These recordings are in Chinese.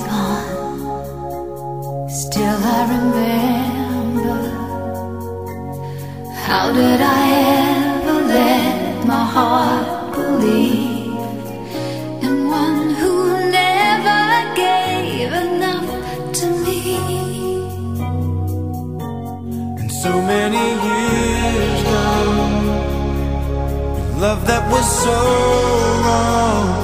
gone, still I remember. How did I ever let my heart believe in one who never gave enough to me? And so many years gone, with love that was so wrong.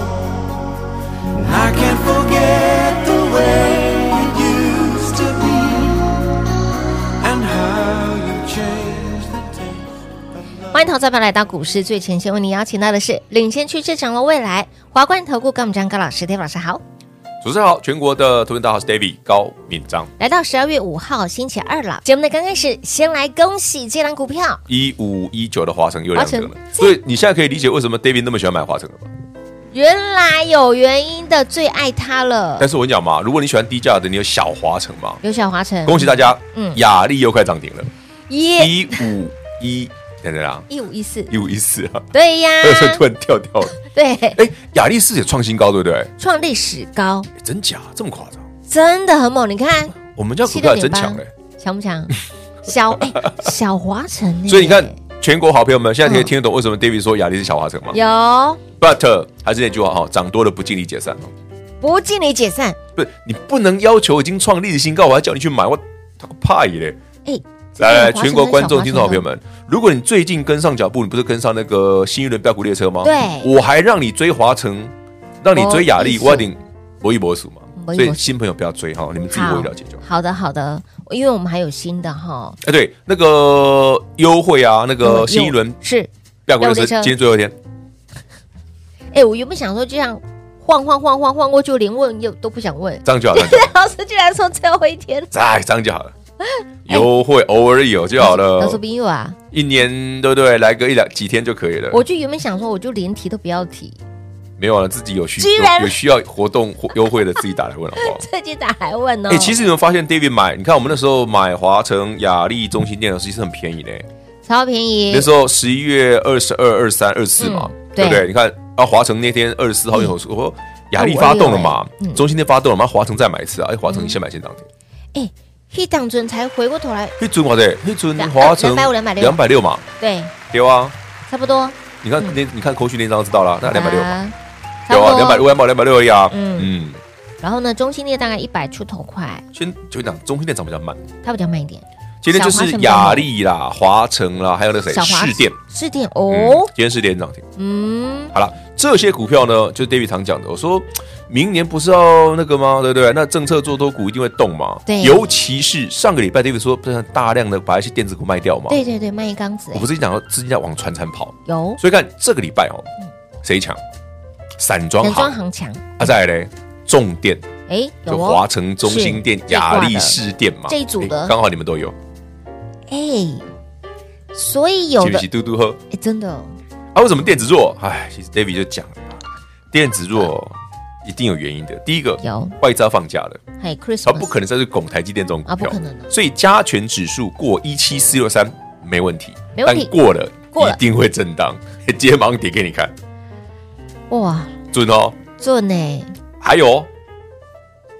And I can't forget the way it used to be, and how you changed the taste of love. 欢迎投资者朋友来到股市最前线，为您邀请到的是领先趋势、掌握未来华冠投顾高敏章高老师，David 老师好。主持人好，全国的投资大号是 David 高敏章，来到十二月五号星期二了，节目的刚开始，先来恭喜这档股票一五一九的华晨又亮灯华了，晨所以你现在可以理解为什么 David 那么喜欢买华晨了吧？原来有原因的，最爱它了但。是我跟你讲嘛，如果你喜欢低价的，你有小华晨嘛？有小华晨，恭喜大家，嗯雅丽又快涨停了，耶，一五一，等等啦，一五一四，一五一四啊，对呀二， 突然跳掉了，对，哎，雅丽是也创新高，对不对？哎创历史高，真假这么夸张？真的很猛。你看我们家股票真强7.8哎，强不 强？小哎，小华晨，欸所以你看。全国好朋友们，现在可以听得懂为什么 David 说雅丽是小华晨吗嗯有？But 还是那句话哈，涨多了不尽力解散哦。不尽力解散，不是你不能要求已经创历史新高，我还叫你去买，我他个派嘞！哎，来来，来这个华晨全国观众、跟小华晨听众好朋友们，如果你最近跟上脚步，你不是跟上那个新一轮标股列车吗？对我还让你追华城，让你追雅没丽，错我顶搏一搏数嘛。没所有以新朋友不要追哈，你们自己好会了解就好。好的好的，因为我们还有新的哈，哎，对，那个优惠啊，那个新一轮有是标股列标列车嗯车今天最后一天，哎，我原本想说这样晃晃晃晃晃过去，我连问又都不想问。这样就好，这样就好 老师居然说最后一天，哎，这样就好了。优惠偶尔有就好了老师，朋友啊，一年对不对？来个一两几天就可以了。我就原本想说，我就连提都不要 提，没有啊，自己有需居然？有有需要活动或优惠的，自己打来问好不好 最近打来问哦。哎、其实你们发现 David 买，你看我们那时候买华城、雅丽、中心店的时候，其实很便宜呢。超便宜那，时候十一月二十二、二三、二四嘛，嗯对不对对？你看啊，华城那天二十四号有说，我说雅丽发动了嘛，嗯中心店发动了嘛，华城再买一次啊。哎、华城先买先涨停，一档准才回过头来，一尊华对，一尊两华城250 260百六嘛，对，对啊。差不多。你看那、你看口讯那张知道啦，那两百六嘛，嗯啊差有不啊，多两百六、两百两百六而已啊。嗯嗯，然后呢，中心店大概一百出头块，先就讲中心店涨比较慢。它比较慢一点。今天就是雅丽啦、华城啦，还有那谁小华市电是店嗯哦，，今天市电涨停。嗯，好了，这些股票呢，就是 David 常讲的，我说明年不是要那个吗？对不对？那政策做多股一定会动嘛。对尤其是上个礼拜 David 说，不是大量的把一些电子股卖掉嘛。对对对，卖一缸子哎我，不是讲到资金在往船产跑，有所以看这个礼拜哦，谁强？散装整嗯装行行强，啊，再来嘞，重电哎，有就哦华，城中心店是、雅这一挂丽的市电嘛，这一组的哎刚好你们都有，哎，所以有是不的是嘟嘟喝？哎，真的啊，为什么电子弱？哎，其实 David 就讲了嘛，电子弱一定有原因的。第一个，有外资要放假了，还有它 Christmas，啊不可能再去拱台积电这种股啊不票，可能啊所以加权指数过一七四六三没问题，没问题但过了过了一定会震荡。 接盲点给你看，哇，准哦。做呢。还有，哦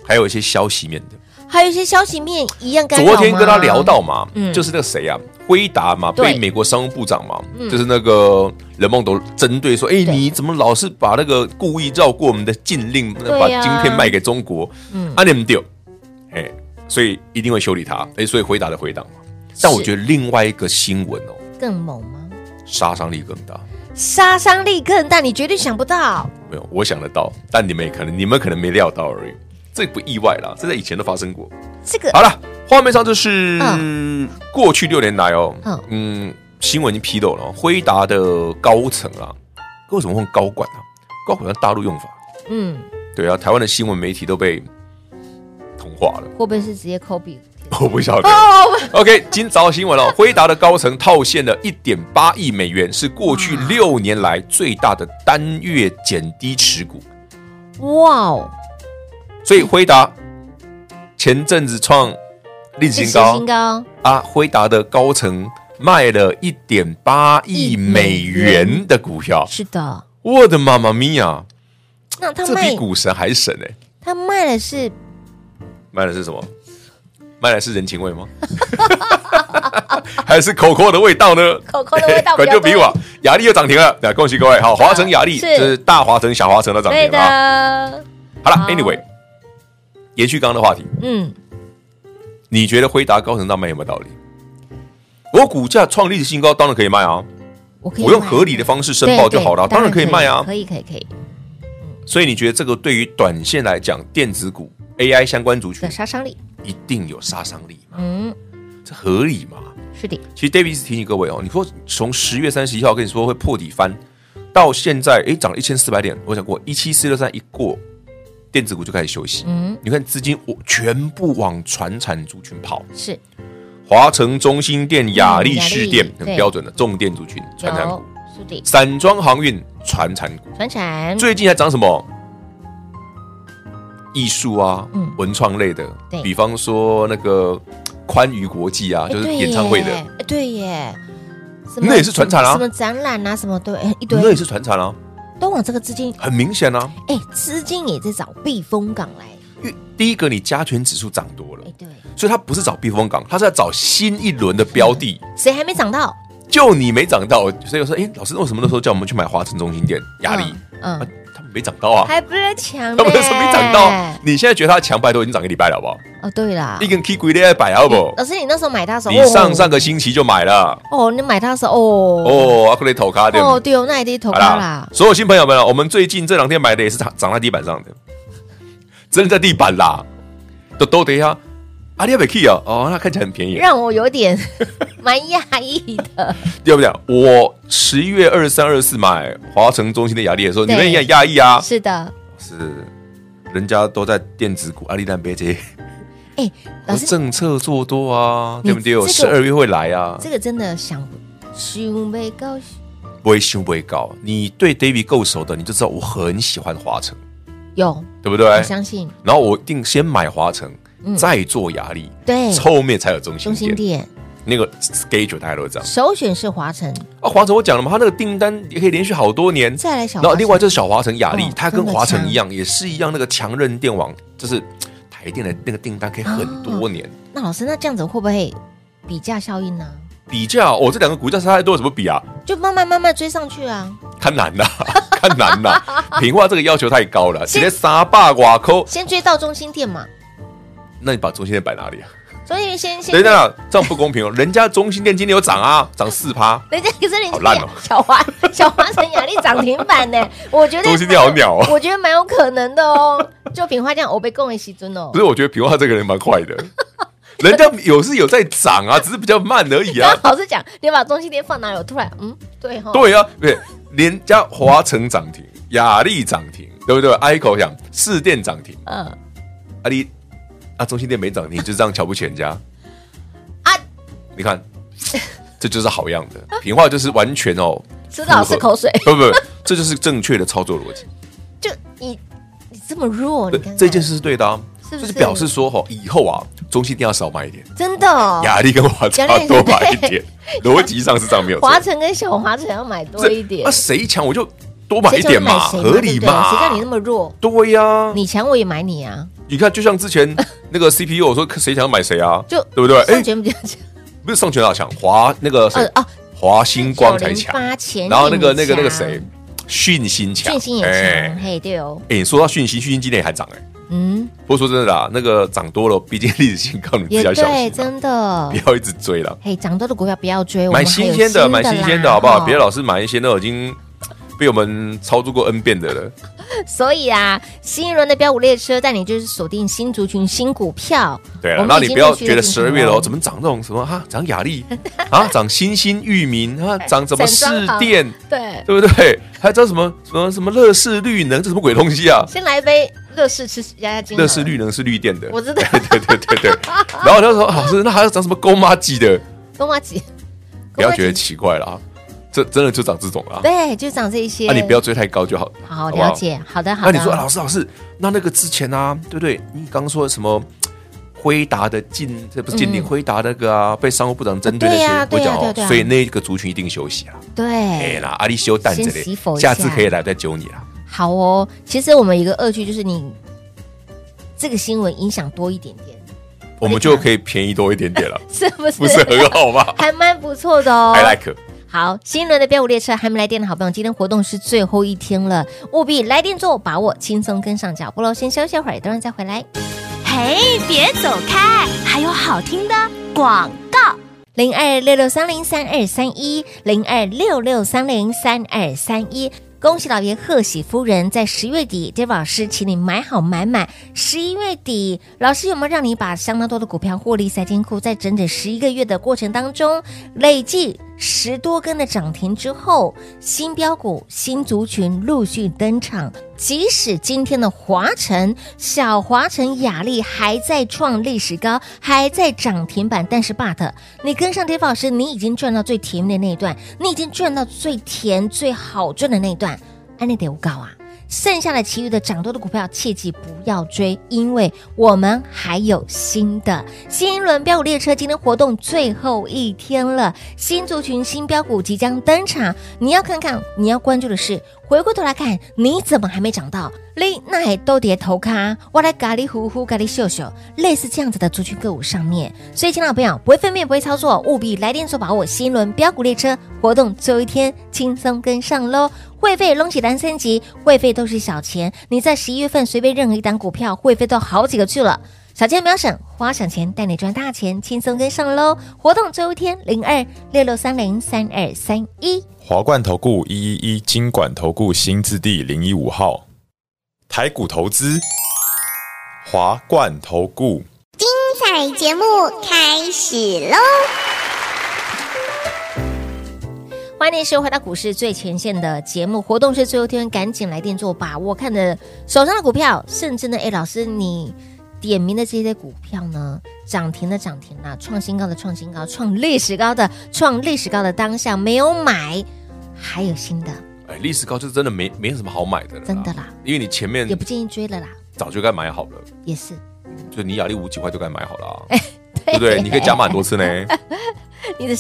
还有一些消息面的，还有一些消息面一样干扰吗昨天跟他聊到嘛，嗯就是那个谁啊，辉达嘛，对嗯被美国商务部长嘛，就是那个任梦都针对说，对哎、你怎么老是把那个故意绕过我们的禁令，对把呀嗯晶片卖给中国，啊，你们丢，哎、所以一定会修理他，哎、所以辉达的回档嘛。但我觉得另外一个新闻哦，更猛吗？杀伤力更大。杀伤力更大，你绝对想不到。没有，我想得到，但你们也可能，你们可能没料到而已，这不意外啦，这在以前都发生过。这个 好了，画面上这是过去六年来哦嗯，嗯，新闻已经披露了哦，辉达的高层啊，为什么用高管啊？高管要大陆用法，嗯，对啊，台湾的新闻媒体都被化了。 会不会是直接抠鼻？我不晓得。OK，今 早新闻了，辉达的高层套现了一点八亿美元，是过去六年来最大的单月减低持股。哇哦，所以辉达前阵子创历史这新是高新高，啊，辉达的高层卖了一点八亿美元的股票，是的。我的妈妈咪呀，那他这卖比股神还神哎、他卖的是卖的是什么？卖的是人情味吗？ 还是口口的味道呢？ 口口的味 道比管较多就比我雅力又涨停了，那恭喜各位！好，华晨雅力是这是大华晨、小华晨都 涨对停了啊。的，好了好，Anyway，延续刚刚的话题，嗯，你觉得辉达高层大卖有没有道理？我股价创历史新高，当然可以卖啊，我可以我用卖啊合理的方式申对报就对好了，当然可以卖啊可。以可以可以所以你觉得这个对于短线来讲，电子股、AI 相关族群的杀伤力，一定有杀伤力嘛？嗯，这合理吗？是的，其实 David 一直提醒各位哦，你说从十月三十一号跟你说会破底翻，到现在诶涨了一千四百点，我讲过一七四六三一过，电子股就开始休息。嗯，你看资金我全部往传产族群跑，是华城、中心店、雅力士店嗯，雅力很对标准的重电族群，传产股有，是的，散装航运、传产股，船产最近还涨什么？艺术啊，嗯文创类的对，比方说那个宽娱国际啊，哎就是对演唱会的，耶，哎对耶，什那也是传产啊什么展览啊，什么都哎一堆那，也是传产啊，都往这个资金，很明显啊。哎，资金也在找避风港来，因为第一个，你加权指数涨多了哎，对，所以它不是找避风港，它是在找新一轮的标的。谁还没涨到？就你没涨到，所以我说，哎，老师为什么那时候叫我们去买华晨中心店压力？嗯，啊嗯，他们没涨到啊，还不是 强呢，他们那时候没涨到。你现在觉得它强白都已经涨一个礼拜了，好不好？哦，对啦一，根 K 鬼的摆好不好？老师，你那时候买它的时候，哦你上上个个星期就买了哦，你买它的时候，哦哦，阿克雷头卡对不哦，对？对哦，那一定投好它啦啦，，所有新朋友们啊，我们最近这两天买的也是涨涨在地板上的，真的在地板啦，都都等一下，阿里亚北 K 啊，哦，那看起来很便宜啊，让我有 点蛮讶异的。对不对？我十一月二三、二四买华城中心的雅丽的时候，对你们也很压抑啊。是的，是，人家都在电子股，阿里蛋别接，哎，老师，政策做多啊，你对不对这？个十二月会来啊，这个真的想不想被告诉不会修不会高。你对 David 够熟的，你就知道我很喜欢华城，有，对不对？我相信然后我一定先买华城，嗯再做雅丽，对后面才有中心中心店。店那个 schedule 大家都知道首选是华晨，啊。华城我讲了嘛，他那个订单也可以连续好多年，再来小华然后晨。另外就是小华城雅力哦，它跟真的华城强一样，也是一样那个强韧电网，就是台电的那个订单可以很多年。那老师，那这样子会不会比价效应呢？比较哦，这两个股价差太多，怎么比啊？就慢慢慢慢追上去啊！看难呐， 看难呐，平化这个要求太高了，直接杀霸挂扣。先追到中心店嘛，那你把中心店摆哪里啊？中心店先先等一，下，这样不公平哦，人家中心店今天有涨啊，涨四趴，人家可是人好烂家哦小华小华城雅丽涨停板 呢，我觉得中心店好鸟哦。我觉得蛮有可能的哦。就品花这样，我被供为西尊 哦不，是，我觉得平化这个人蛮快的， 人家有是有在涨啊，只是比较慢而已啊然。后老师讲，你把中心店放哪里？我突然嗯，对哈、哦，对啊，对，连加华城涨停，雅力涨停，对不对？ICO 讲市电涨停，嗯啊你啊中心店没涨停，就这样瞧不起人家啊？你看，这就是好样的，平话就是完全哦，吃到老师口水，不不，不这就是正确的操作逻辑。就你你这么弱，你看看这件事是对的啊，是不是就是表示说吼，以后啊，中心店要少买一点，真的、哦，雅力跟华差雅力多买一 点，逻辑上是这样没有错。华晨跟小华晨要买多这一点那，谁强我就多买一谁叫点你嘛，买谁合理对不对谁叫你那嘛。么弱？对呀，你强我也买你啊，你看，就像 之前那个 CPU，我说谁想买谁啊，就对不对？上哎，节目比较强，不是上全大强，华那个谁呃哦，华星光才强，八前然后那个那个那个谁，讯星强，俊星也强，哎嘿对哦，哎，你说到讯星，讯星今天也还涨哎。嗯，不过说真的啦，那个涨多了，毕竟历史新高，你自也己要小对，心啊，真的不，要一直追了，嘿，涨多的股票不要追，我买们还新有鲜的，买啦新鲜的好不好？哦别老是买一些那种已经被我们操作过 N 遍的了。所以啊，新一轮的标股列车带你就是锁定新族群、新股票。对我了，们那已你经不要陆续觉得进十行二月了了哦，怎么涨这种什么啊？涨雅 丽啊，涨新兴域名哎啊，涨什么市散装行 电，对，对不对？还有这什么什么什么乐视绿能，这什么鬼东西啊？先来一杯乐视吃压压惊，乐视绿能是绿电的，我知道对对对对对。 然后他说：“啊老师，那还要长什么勾妈鸡的？东华几，不要觉得奇怪啦，这真的就长这种啦。对，就长这一些。那啊你不要追太高就好了。好不好了。解，好的好那的。你说，啊老师老师，那那个之前啊，对不对？你刚说什么？”辉达的禁，这不是禁嗯令，辉达那个啊，被商务部长针对啊的对事呀，对我讲呀哦对呀，所以那个族群一定休息啊。哎对，啦，阿里修蛋子先嘞洗否，一下下次可以来再揪你啦。好哦。其实我们有一个恶趣就是你这个新闻影响多一点点，，我们就可以便宜多一点点了 是不是？不是很好 吗还蛮不错的哦。 ？I like。好，新一轮的标股列车还没来电的好朋友，今天活动是最后一天了，务必来电做把握，轻松跟上脚步喽。先休息会儿，等会儿再回来。嘿，别走开，还有好听的广告。零二六六三零三二三一，零二六六三零三二三一。恭喜老爷，贺喜夫人，在十月底，Dave 老师请你买好买满。十一月底，老师有没有让你把相当多的股票获利塞金库？在整整十一个月的过程当中，累计十多根的涨停之后，新标股、新族群陆续登场。即使今天的华晨、小华晨、雅丽还在创历史高，还在涨停板，但是 but 你跟上 d a 老师，你已经赚到最甜的那一段，你已经赚到最甜、最好赚的那一段，安利得有高啊！剩下的其余的涨多的股票，切记不要追，因为我们还有新的新一轮标股列车，今天活动最后一天了，新族群、新标股即将登场，你要看看，你要关注的是，回过头来看，你怎么还没涨到？你那也都跌头咖，我来咖喱呼呼咖喱秀秀，类似这样子的族群个股上面，所以，亲爱的朋友，不会分辨，不会操作，务必来电做把握新一轮标股列车活动最后一天，轻松跟上喽。会费隆起单三级，会费都是小钱，你在十一月份随便任何一档股票，会费都好几个去了。小钱不要省，花小钱带你赚大钱，轻松跟上喽！活动最后一天，零二六六三零三二三一。华冠投顾一一一金管投顾新字第零一五号，台股投资，华啊冠投顾。彩节目开始喽！欢迎您收回到股市最前线的节目，活动是最后一天，赶紧来电做把握。看的手上的股票，甚至呢，哎，老师你点名的这些股票呢，涨停的涨停啦，创新高的创新高，创历史高的创历史高的当下没有买，还有新的，哎，历史高就是真的没没什么好买的了，真的啦，因为你前面也不建议追了啦，早就该买好了，也是。就你雅力五几块就该买好了 啊、对不对？你可以加码很多次呢。你的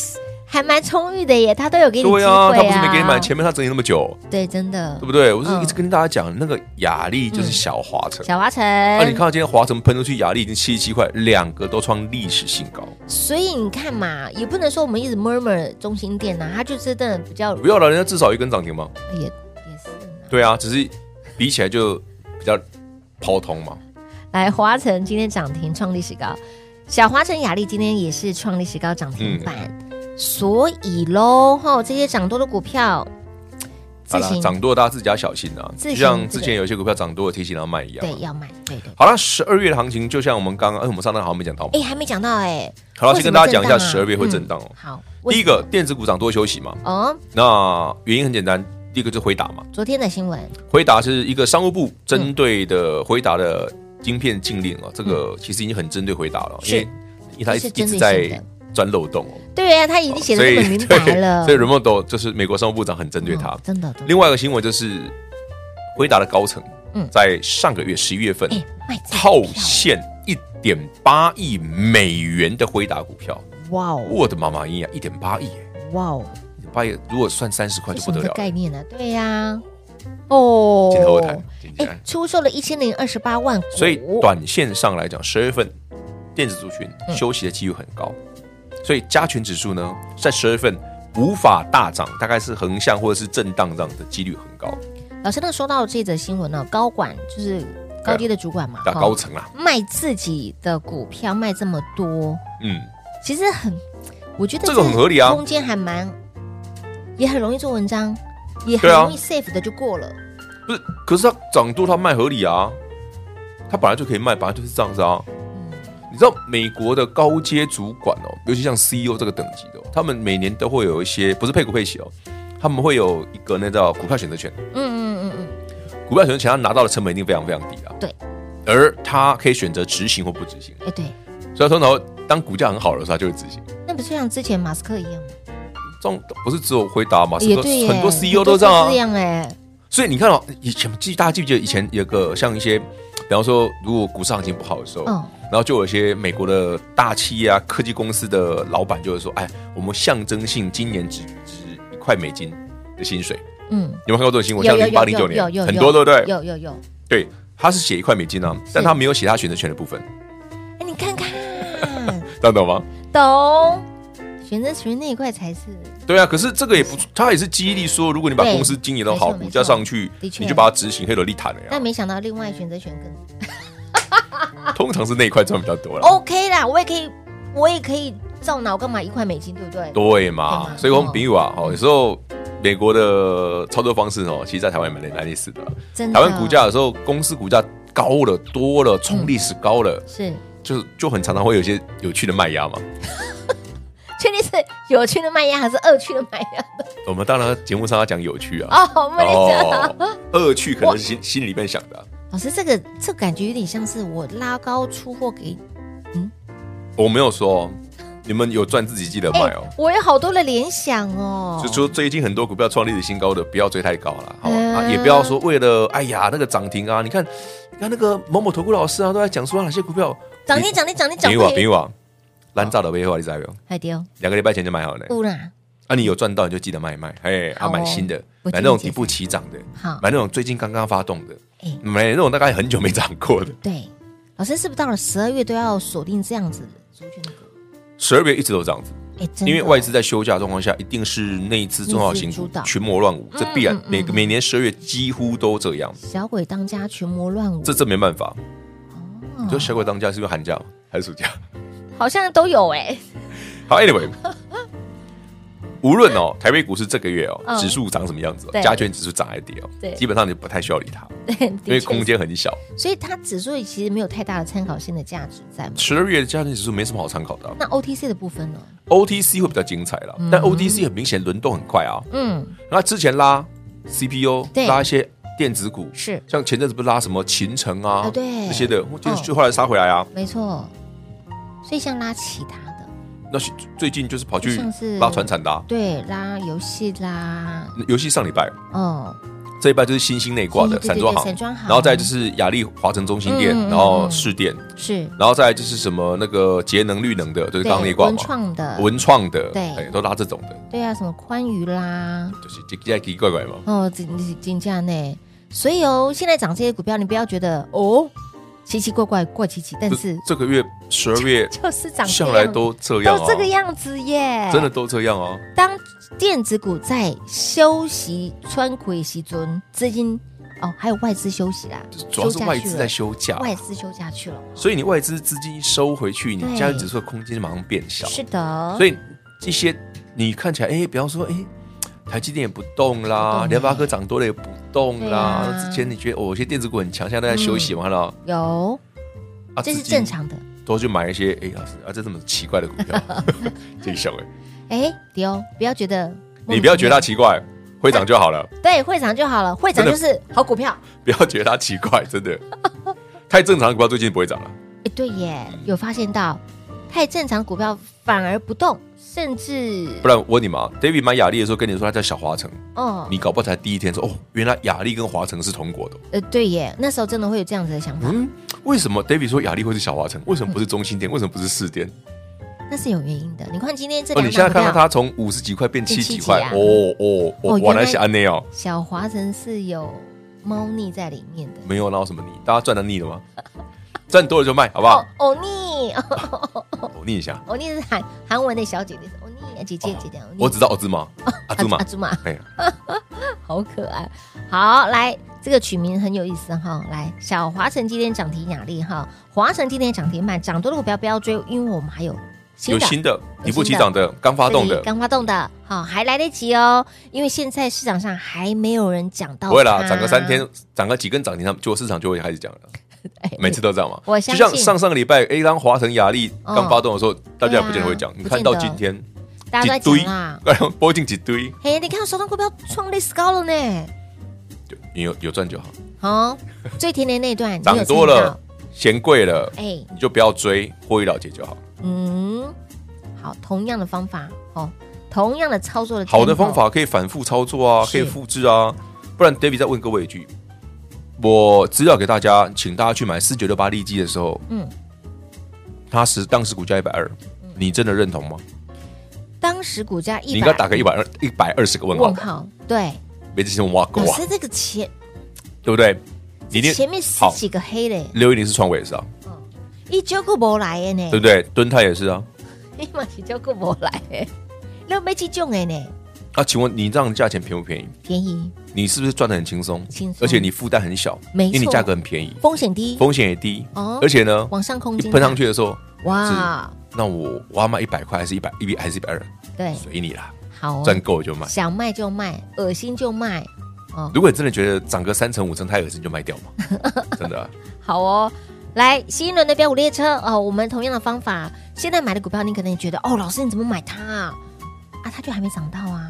还蛮充裕的耶，他都有 给你机会对啊，啊，他不是没给你买，前面他整理那么久，对，真的对。不对？我是嗯一直跟大家讲，那个雅力就是小华城。小华城，那、啊你看到今天华城喷出去，雅力已经七十七块，两个都创历史新高。所以你看嘛，也不能说我们一直 murmur 中心店呐、它就是真的比较不要了，人家至少一根涨停嘛。也也是呢。对啊，只是比起来就比较抛通嘛。来，华晨今天涨停创历史高，小华晨雅丽今天也是创历史高涨停板，嗯所以喽，吼，这些涨多的股票，好自啦，行涨多大家自己要小心啊，自就行像之前有些股票涨多的提醒要卖一样对嘛。要买，对对。好了，十二月的行情就像我们刚刚，哎，我们上单好像没讲到嘛。哎，还没讲到哎，好了，先跟大家讲一下为什么十二月会震震荡荡啊嗯哦。好，第一个，电子股涨多休息嘛，哦，那原因很简单，第一个就是回答嘛，昨天的新闻，回答是一个商务嗯部针对的回答的晶片禁令啊，这个其实已经很针对回答了，因为因为它一这直嗯是针对一直性的在钻漏洞哦，对呀、啊，他已经写的这么明白了，所以 Remoto 就是美国商务部长很针对他嗯。真的，真的另外一个新闻就是回答的高层嗯，在上个月十一月份哎，卖这个套股票现一点八亿美元的回答股票，哇哦我的妈妈呀，一点八亿耶！哇哦，八亿如果算三十块这就什不么得的了概了，念呢、对呀、哦，今后谈，今哎、天谈。出售了一千零二十八万股，所以短线上来讲，十二月份电子族群嗯休息的几率很高，所以加权指数呢，在十二月份无法大涨，大概是横向或者是震荡这样的几率很高，老师，那说到这则新闻呢，高管就是高阶的主管嘛，大哈高层啊，卖自己的股票卖这么多，嗯，其实很，我觉得这个很合理啊中间还蛮，也很容易做文章，也很对啊容易 safe 的就过了，不是，可是它涨多它卖合理啊，它本来就可以卖，本来就是这样子啊。你知道美国的高阶主管哦，尤其像 CEO 这个等级的哦、他们每年都会有一些不是配股配息哦，他们会有一个那叫股票选择权。嗯嗯嗯嗯，股票选择权他拿到的成本一定非常非常低啊。对，它可以选择执行或不执行。哎，对，所以通常当股价很好的时候，它就会执行。那不是像之前马斯克一样吗？这种不是只有回答嘛，是也不对是耶，很多 CEO 都这样啊这。样哎，所以你看哦，以前记大家记不记得以前有个像一些，比方说如果股市行情不好的时候，嗯然后就有一些美国的大企业啊、科技公司的老板就会说：“哎，我们象征性今年只值一块美金的薪水。嗯，”你有没有看过这种新闻？有像有零八有零九有年有有很多，对不对？有有有，对，他是写一块美金啊，但他没有写他选择权的部分，哎，你看看，这样懂吗？懂？选择权那一块才是对啊，可是这个也不，他也是激励说，如果你把对公司经营的没好，错没股错价上去，的确你就把它执行黑了利坦了但呀。没想到另外选择权嗯更通常是那一块赚比较多了。 OK 啦，我也可以，我也可以照脑干嘛一块美金，对不对？对对嘛嘛，所以我们比喻啊，哦，有时候美国的操作方式哦，其实在台湾也蛮类似的。真的，台湾股价有时候公司股价高了多了，从历史高了，是，就就很常常会有一些有趣的卖压嘛。确定是有趣的卖压还是恶趣的卖压？ 我们当然节目上要讲有趣啊，哦，我们来讲啊。，恶趣可能是心心里面想的啊，老师，这个这感觉有点像是我拉高出货给，我没有说哦，你们有赚自己哎记得卖哦。我有好多的联想哦。就说最近很多股票创历史新高的，不要追太高了，好吧、嗯啊，也不要说为了哎呀那个涨停啊，你看，你看那个某某投顾老师啊，都在讲说哪些股票涨停涨停涨停涨比我比停，我烂炸的背后你知道没有？还丢两个礼拜前就买好了呢。不啦，啊，你有赚到你就记得卖一卖，哎，啊，哦好哦买新的，我今买天那种解底部起涨的，好买那种最近刚刚发动的哎，买那种大概很久没涨过的。对。老师是不是到了十二月都要锁定这样子的族群的股？十二月一直都这样子，哎，真的因为外资在休假的状况下，一定是内资中小型内资主股导群魔乱舞，这必嗯然嗯每个每年十二月几乎都这样，小鬼当家，群魔乱舞，这这没办法。哦你说小鬼当家是不是寒假还是暑假？ 好像都有哎。 好，Anyway，无论哦，台北股市这个月哦嗯，指数长什么样子哦对，加权指数涨还跌对哦，基本上你不太需要理它，对，因的为确空是，间很小。所以它指数其实没有太大的参考性的价值在嘛。十二月的加权指数没什么好参考的啊那 OTC 的部分呢？ ，OTC 会比较精彩啦，但 OTC 很明显轮动很快啊。嗯，那之前拉 CPU，对拉一些电子股，是像前阵子不是拉什么秦城啊啊，对这些的，就哦就后来杀回来啊。没错。所以像拉其他的，那是最近就是跑去像是拉船产的啊，对，拉游戏啦，尤其上礼拜哦，这一半就是新兴内挂的嗯对对对散装对行散装，行然后再就是雅丽华城中心店嗯嗯嗯，然后市电，是然后再来就是什么那个节能绿能的，就是刚刚那对挂文嘛，创的，文创的，对哎，都拉这种的，对啊，什么宽娱啦，就是奇奇奇怪怪嘛。哦，金金价呢，所以哦，现在涨这些股票，你不要觉得哦，奇奇怪怪怪奇奇，但这是这个月十二月就是涨这向样来都这样、啊，都这个样子耶，真的。都这样啊。当电子股在休息、穿亏息尊资金哦，还有外资休息啦，主要是休假外去资了在休假，外资休假去了，所以你外资资金一收回去，你对加权指数的空间就马上变小。是的，啊所以这些你看起来，哎，比方说，哎，台积电也不动不啦动，联发科涨多了也不动啦。对啊那之前你觉得哦，有些电子股很强，现在都在休息嘛，看到有啊，这是资金正常的。都去买一些，哎，老师啊，这这么奇怪的股 票，这个小哎，哎，丢，不要觉得莫名其妙，你不要觉得它奇怪，会涨就好了， 对会长就好了，会长真就的是好股票。不要觉得它奇怪，真的。太正常的股票最近不会涨了，哎，对耶，有发现到太正常股票反而不动，甚至不然我问你嘛，David 买雅丽的时候跟你说他叫小华城，哦，你搞不好才第一天说哦，原来雅丽跟华城是同国的。呃，对耶，那时候真的会有这样子的想法，嗯，为什么 David 说雅丽会是小华城？为什么不是中心店？为什么不是四店？那是有原因的。你看今天这哦，两你现在档股看到票，它从五十几块变七变几70块啊，哦哦哦哦，原原来来是安内哦，小华晨是有猫腻在里面的。没有闹什么腻，大家赚到腻了吗？ 赚多了就卖，好不好哦？，欧尼，哦我腻一下，欧尼是韩韩文的小姐姐，欧尼姐姐姐姐，欧尼我只知道奥兹嘛， 阿阿兹嘛阿，祖玛，哎呀， 好可爱。好，来这个取名很有意思哈。来，小华晨今天涨停雅丽哈，华晨今天涨停板，涨多的股票不要追，因为我们还有新有的。新的有底部新起的涨的，刚发动对的，刚发动的，好，还来得及哦，因为现在市场上还没有人讲到它。不会啦，涨个三天，涨个几根涨停，他们就市场就会开 始讲了。哎，每次都这样嘛，我就相像信上上个礼拜，哎，当华晨雅丽哦刚发动的时候，大家对也啊不见得会讲。你不看见到得今天大家几都在堆哎讲啊 啦。，波进几堆，嘿，你看手上股票创历史高了呢。就你有有赚就好。哦，最甜的那一段你有涨多参了考，嫌贵了，哎，你就不要追，获利了结就好。嗯，好，同样的方法哦，同样的操作的好的 tempo 方，法可以反复操作啊，是可以复制啊。不然，David 再问各位一句：我资料给大家，请大家去买四九六八利基的时候，嗯，它时当时股价一百二，你真的认同吗？当时股价一你应该打个一百二一百二十个问号问吧，号，对，没之前挖过老啊，师这个前对不对？你一定前面十好，几个黑嘞，六一零是创伟也是啊，一九个无来的呢 对，不对？敦泰也是啊。你嘛是九个无来的，六没几种的呢，那请问你这样价钱便不便宜？便宜，你是不是赚的很轻松？轻松而且你负担很小，没因为你错价格很便宜，风险低，风险也低哦，而且呢，往上空一间喷上大，去的时候，哇，那我我要卖一百块还是一百一还是一百二，对，随你啦，好哦，赚够就卖。想卖就卖，恶心就卖，哦，如果你真的觉得涨个三成五成太恶心，就卖掉 嘛，真的啊、好哦。来，新一轮的标股列车哦，我们同样的方法，现在买的股票，你可能也觉得哦，老师你怎么买它啊？啊，它就还没涨到啊，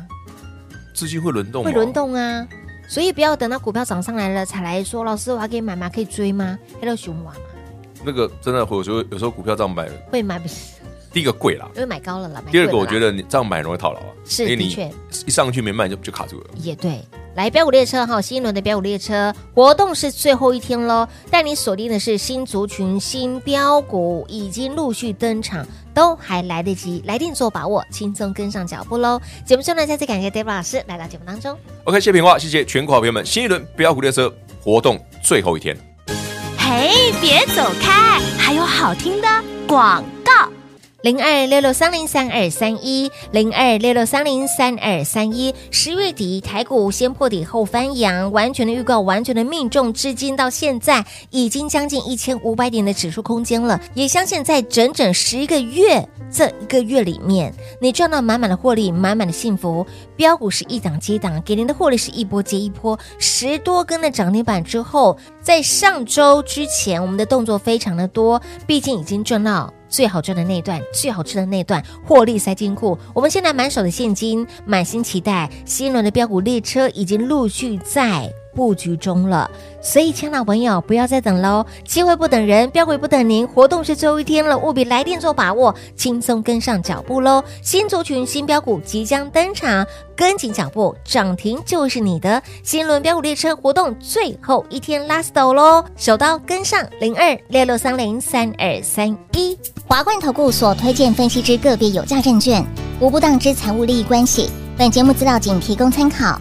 资金会轮动，哦会轮。动啊，所以不要等到股票涨上来了才来说，老师我还可以买吗？可以追吗？Hello 熊娃那个真的，我觉得有时候股票这样买，会买不是？第第一个贵啦，因为买高了啦。买第二贵个了我啦觉得你这样买容易套牢啊，是因为你的确一上去没卖就就卡住了。也对。来，标股列车哈，新一轮的标股列车活动是最后一天喽，带你锁定的是新族群、新标股，已经陆续登场，都还来得及，来电做把握，轻松跟上脚步喽。节目中呢，再次感谢 David 老师来到节目当中。 OK，谢平话，谢谢全国好朋友们，新一轮不要股列车活动最后一天。嘿，别走开，还有好听的广告。零二六六三零三二三一，零二六六三零三二三一。十月底台股先破底后翻扬，完全的预告，完全的命中，至今到现在已经将近一千五百点的指数空间了。也相信在整整十一个月这一个月里面，你赚到满满的获利，满满的幸福。标股是一档接一档，给您的获利是一波接一波，十多根的涨停板之后，在上周之前，我们的动作非常的多，毕竟已经赚到。最好赚的那一段，最好吃的那一段，获利塞金库。我们现在满手的现金，满心期待，新一轮的标股列车已经陆续在布局中了。所以，亲爱的朋友，不要再等喽，机会不等人，标股也不等您，活动是最后一天了，务必来电做把握，轻松跟上脚步喽。新族群、新标股即将登场，跟紧脚步，涨停就是你的。新一轮标股列车活动最后一天，last 哦喽，手刀跟上零二六六三零三二三一。华冠投顾所推荐分析之个别有价证券，无不当之财务利益关系。本节目资料仅提供参考，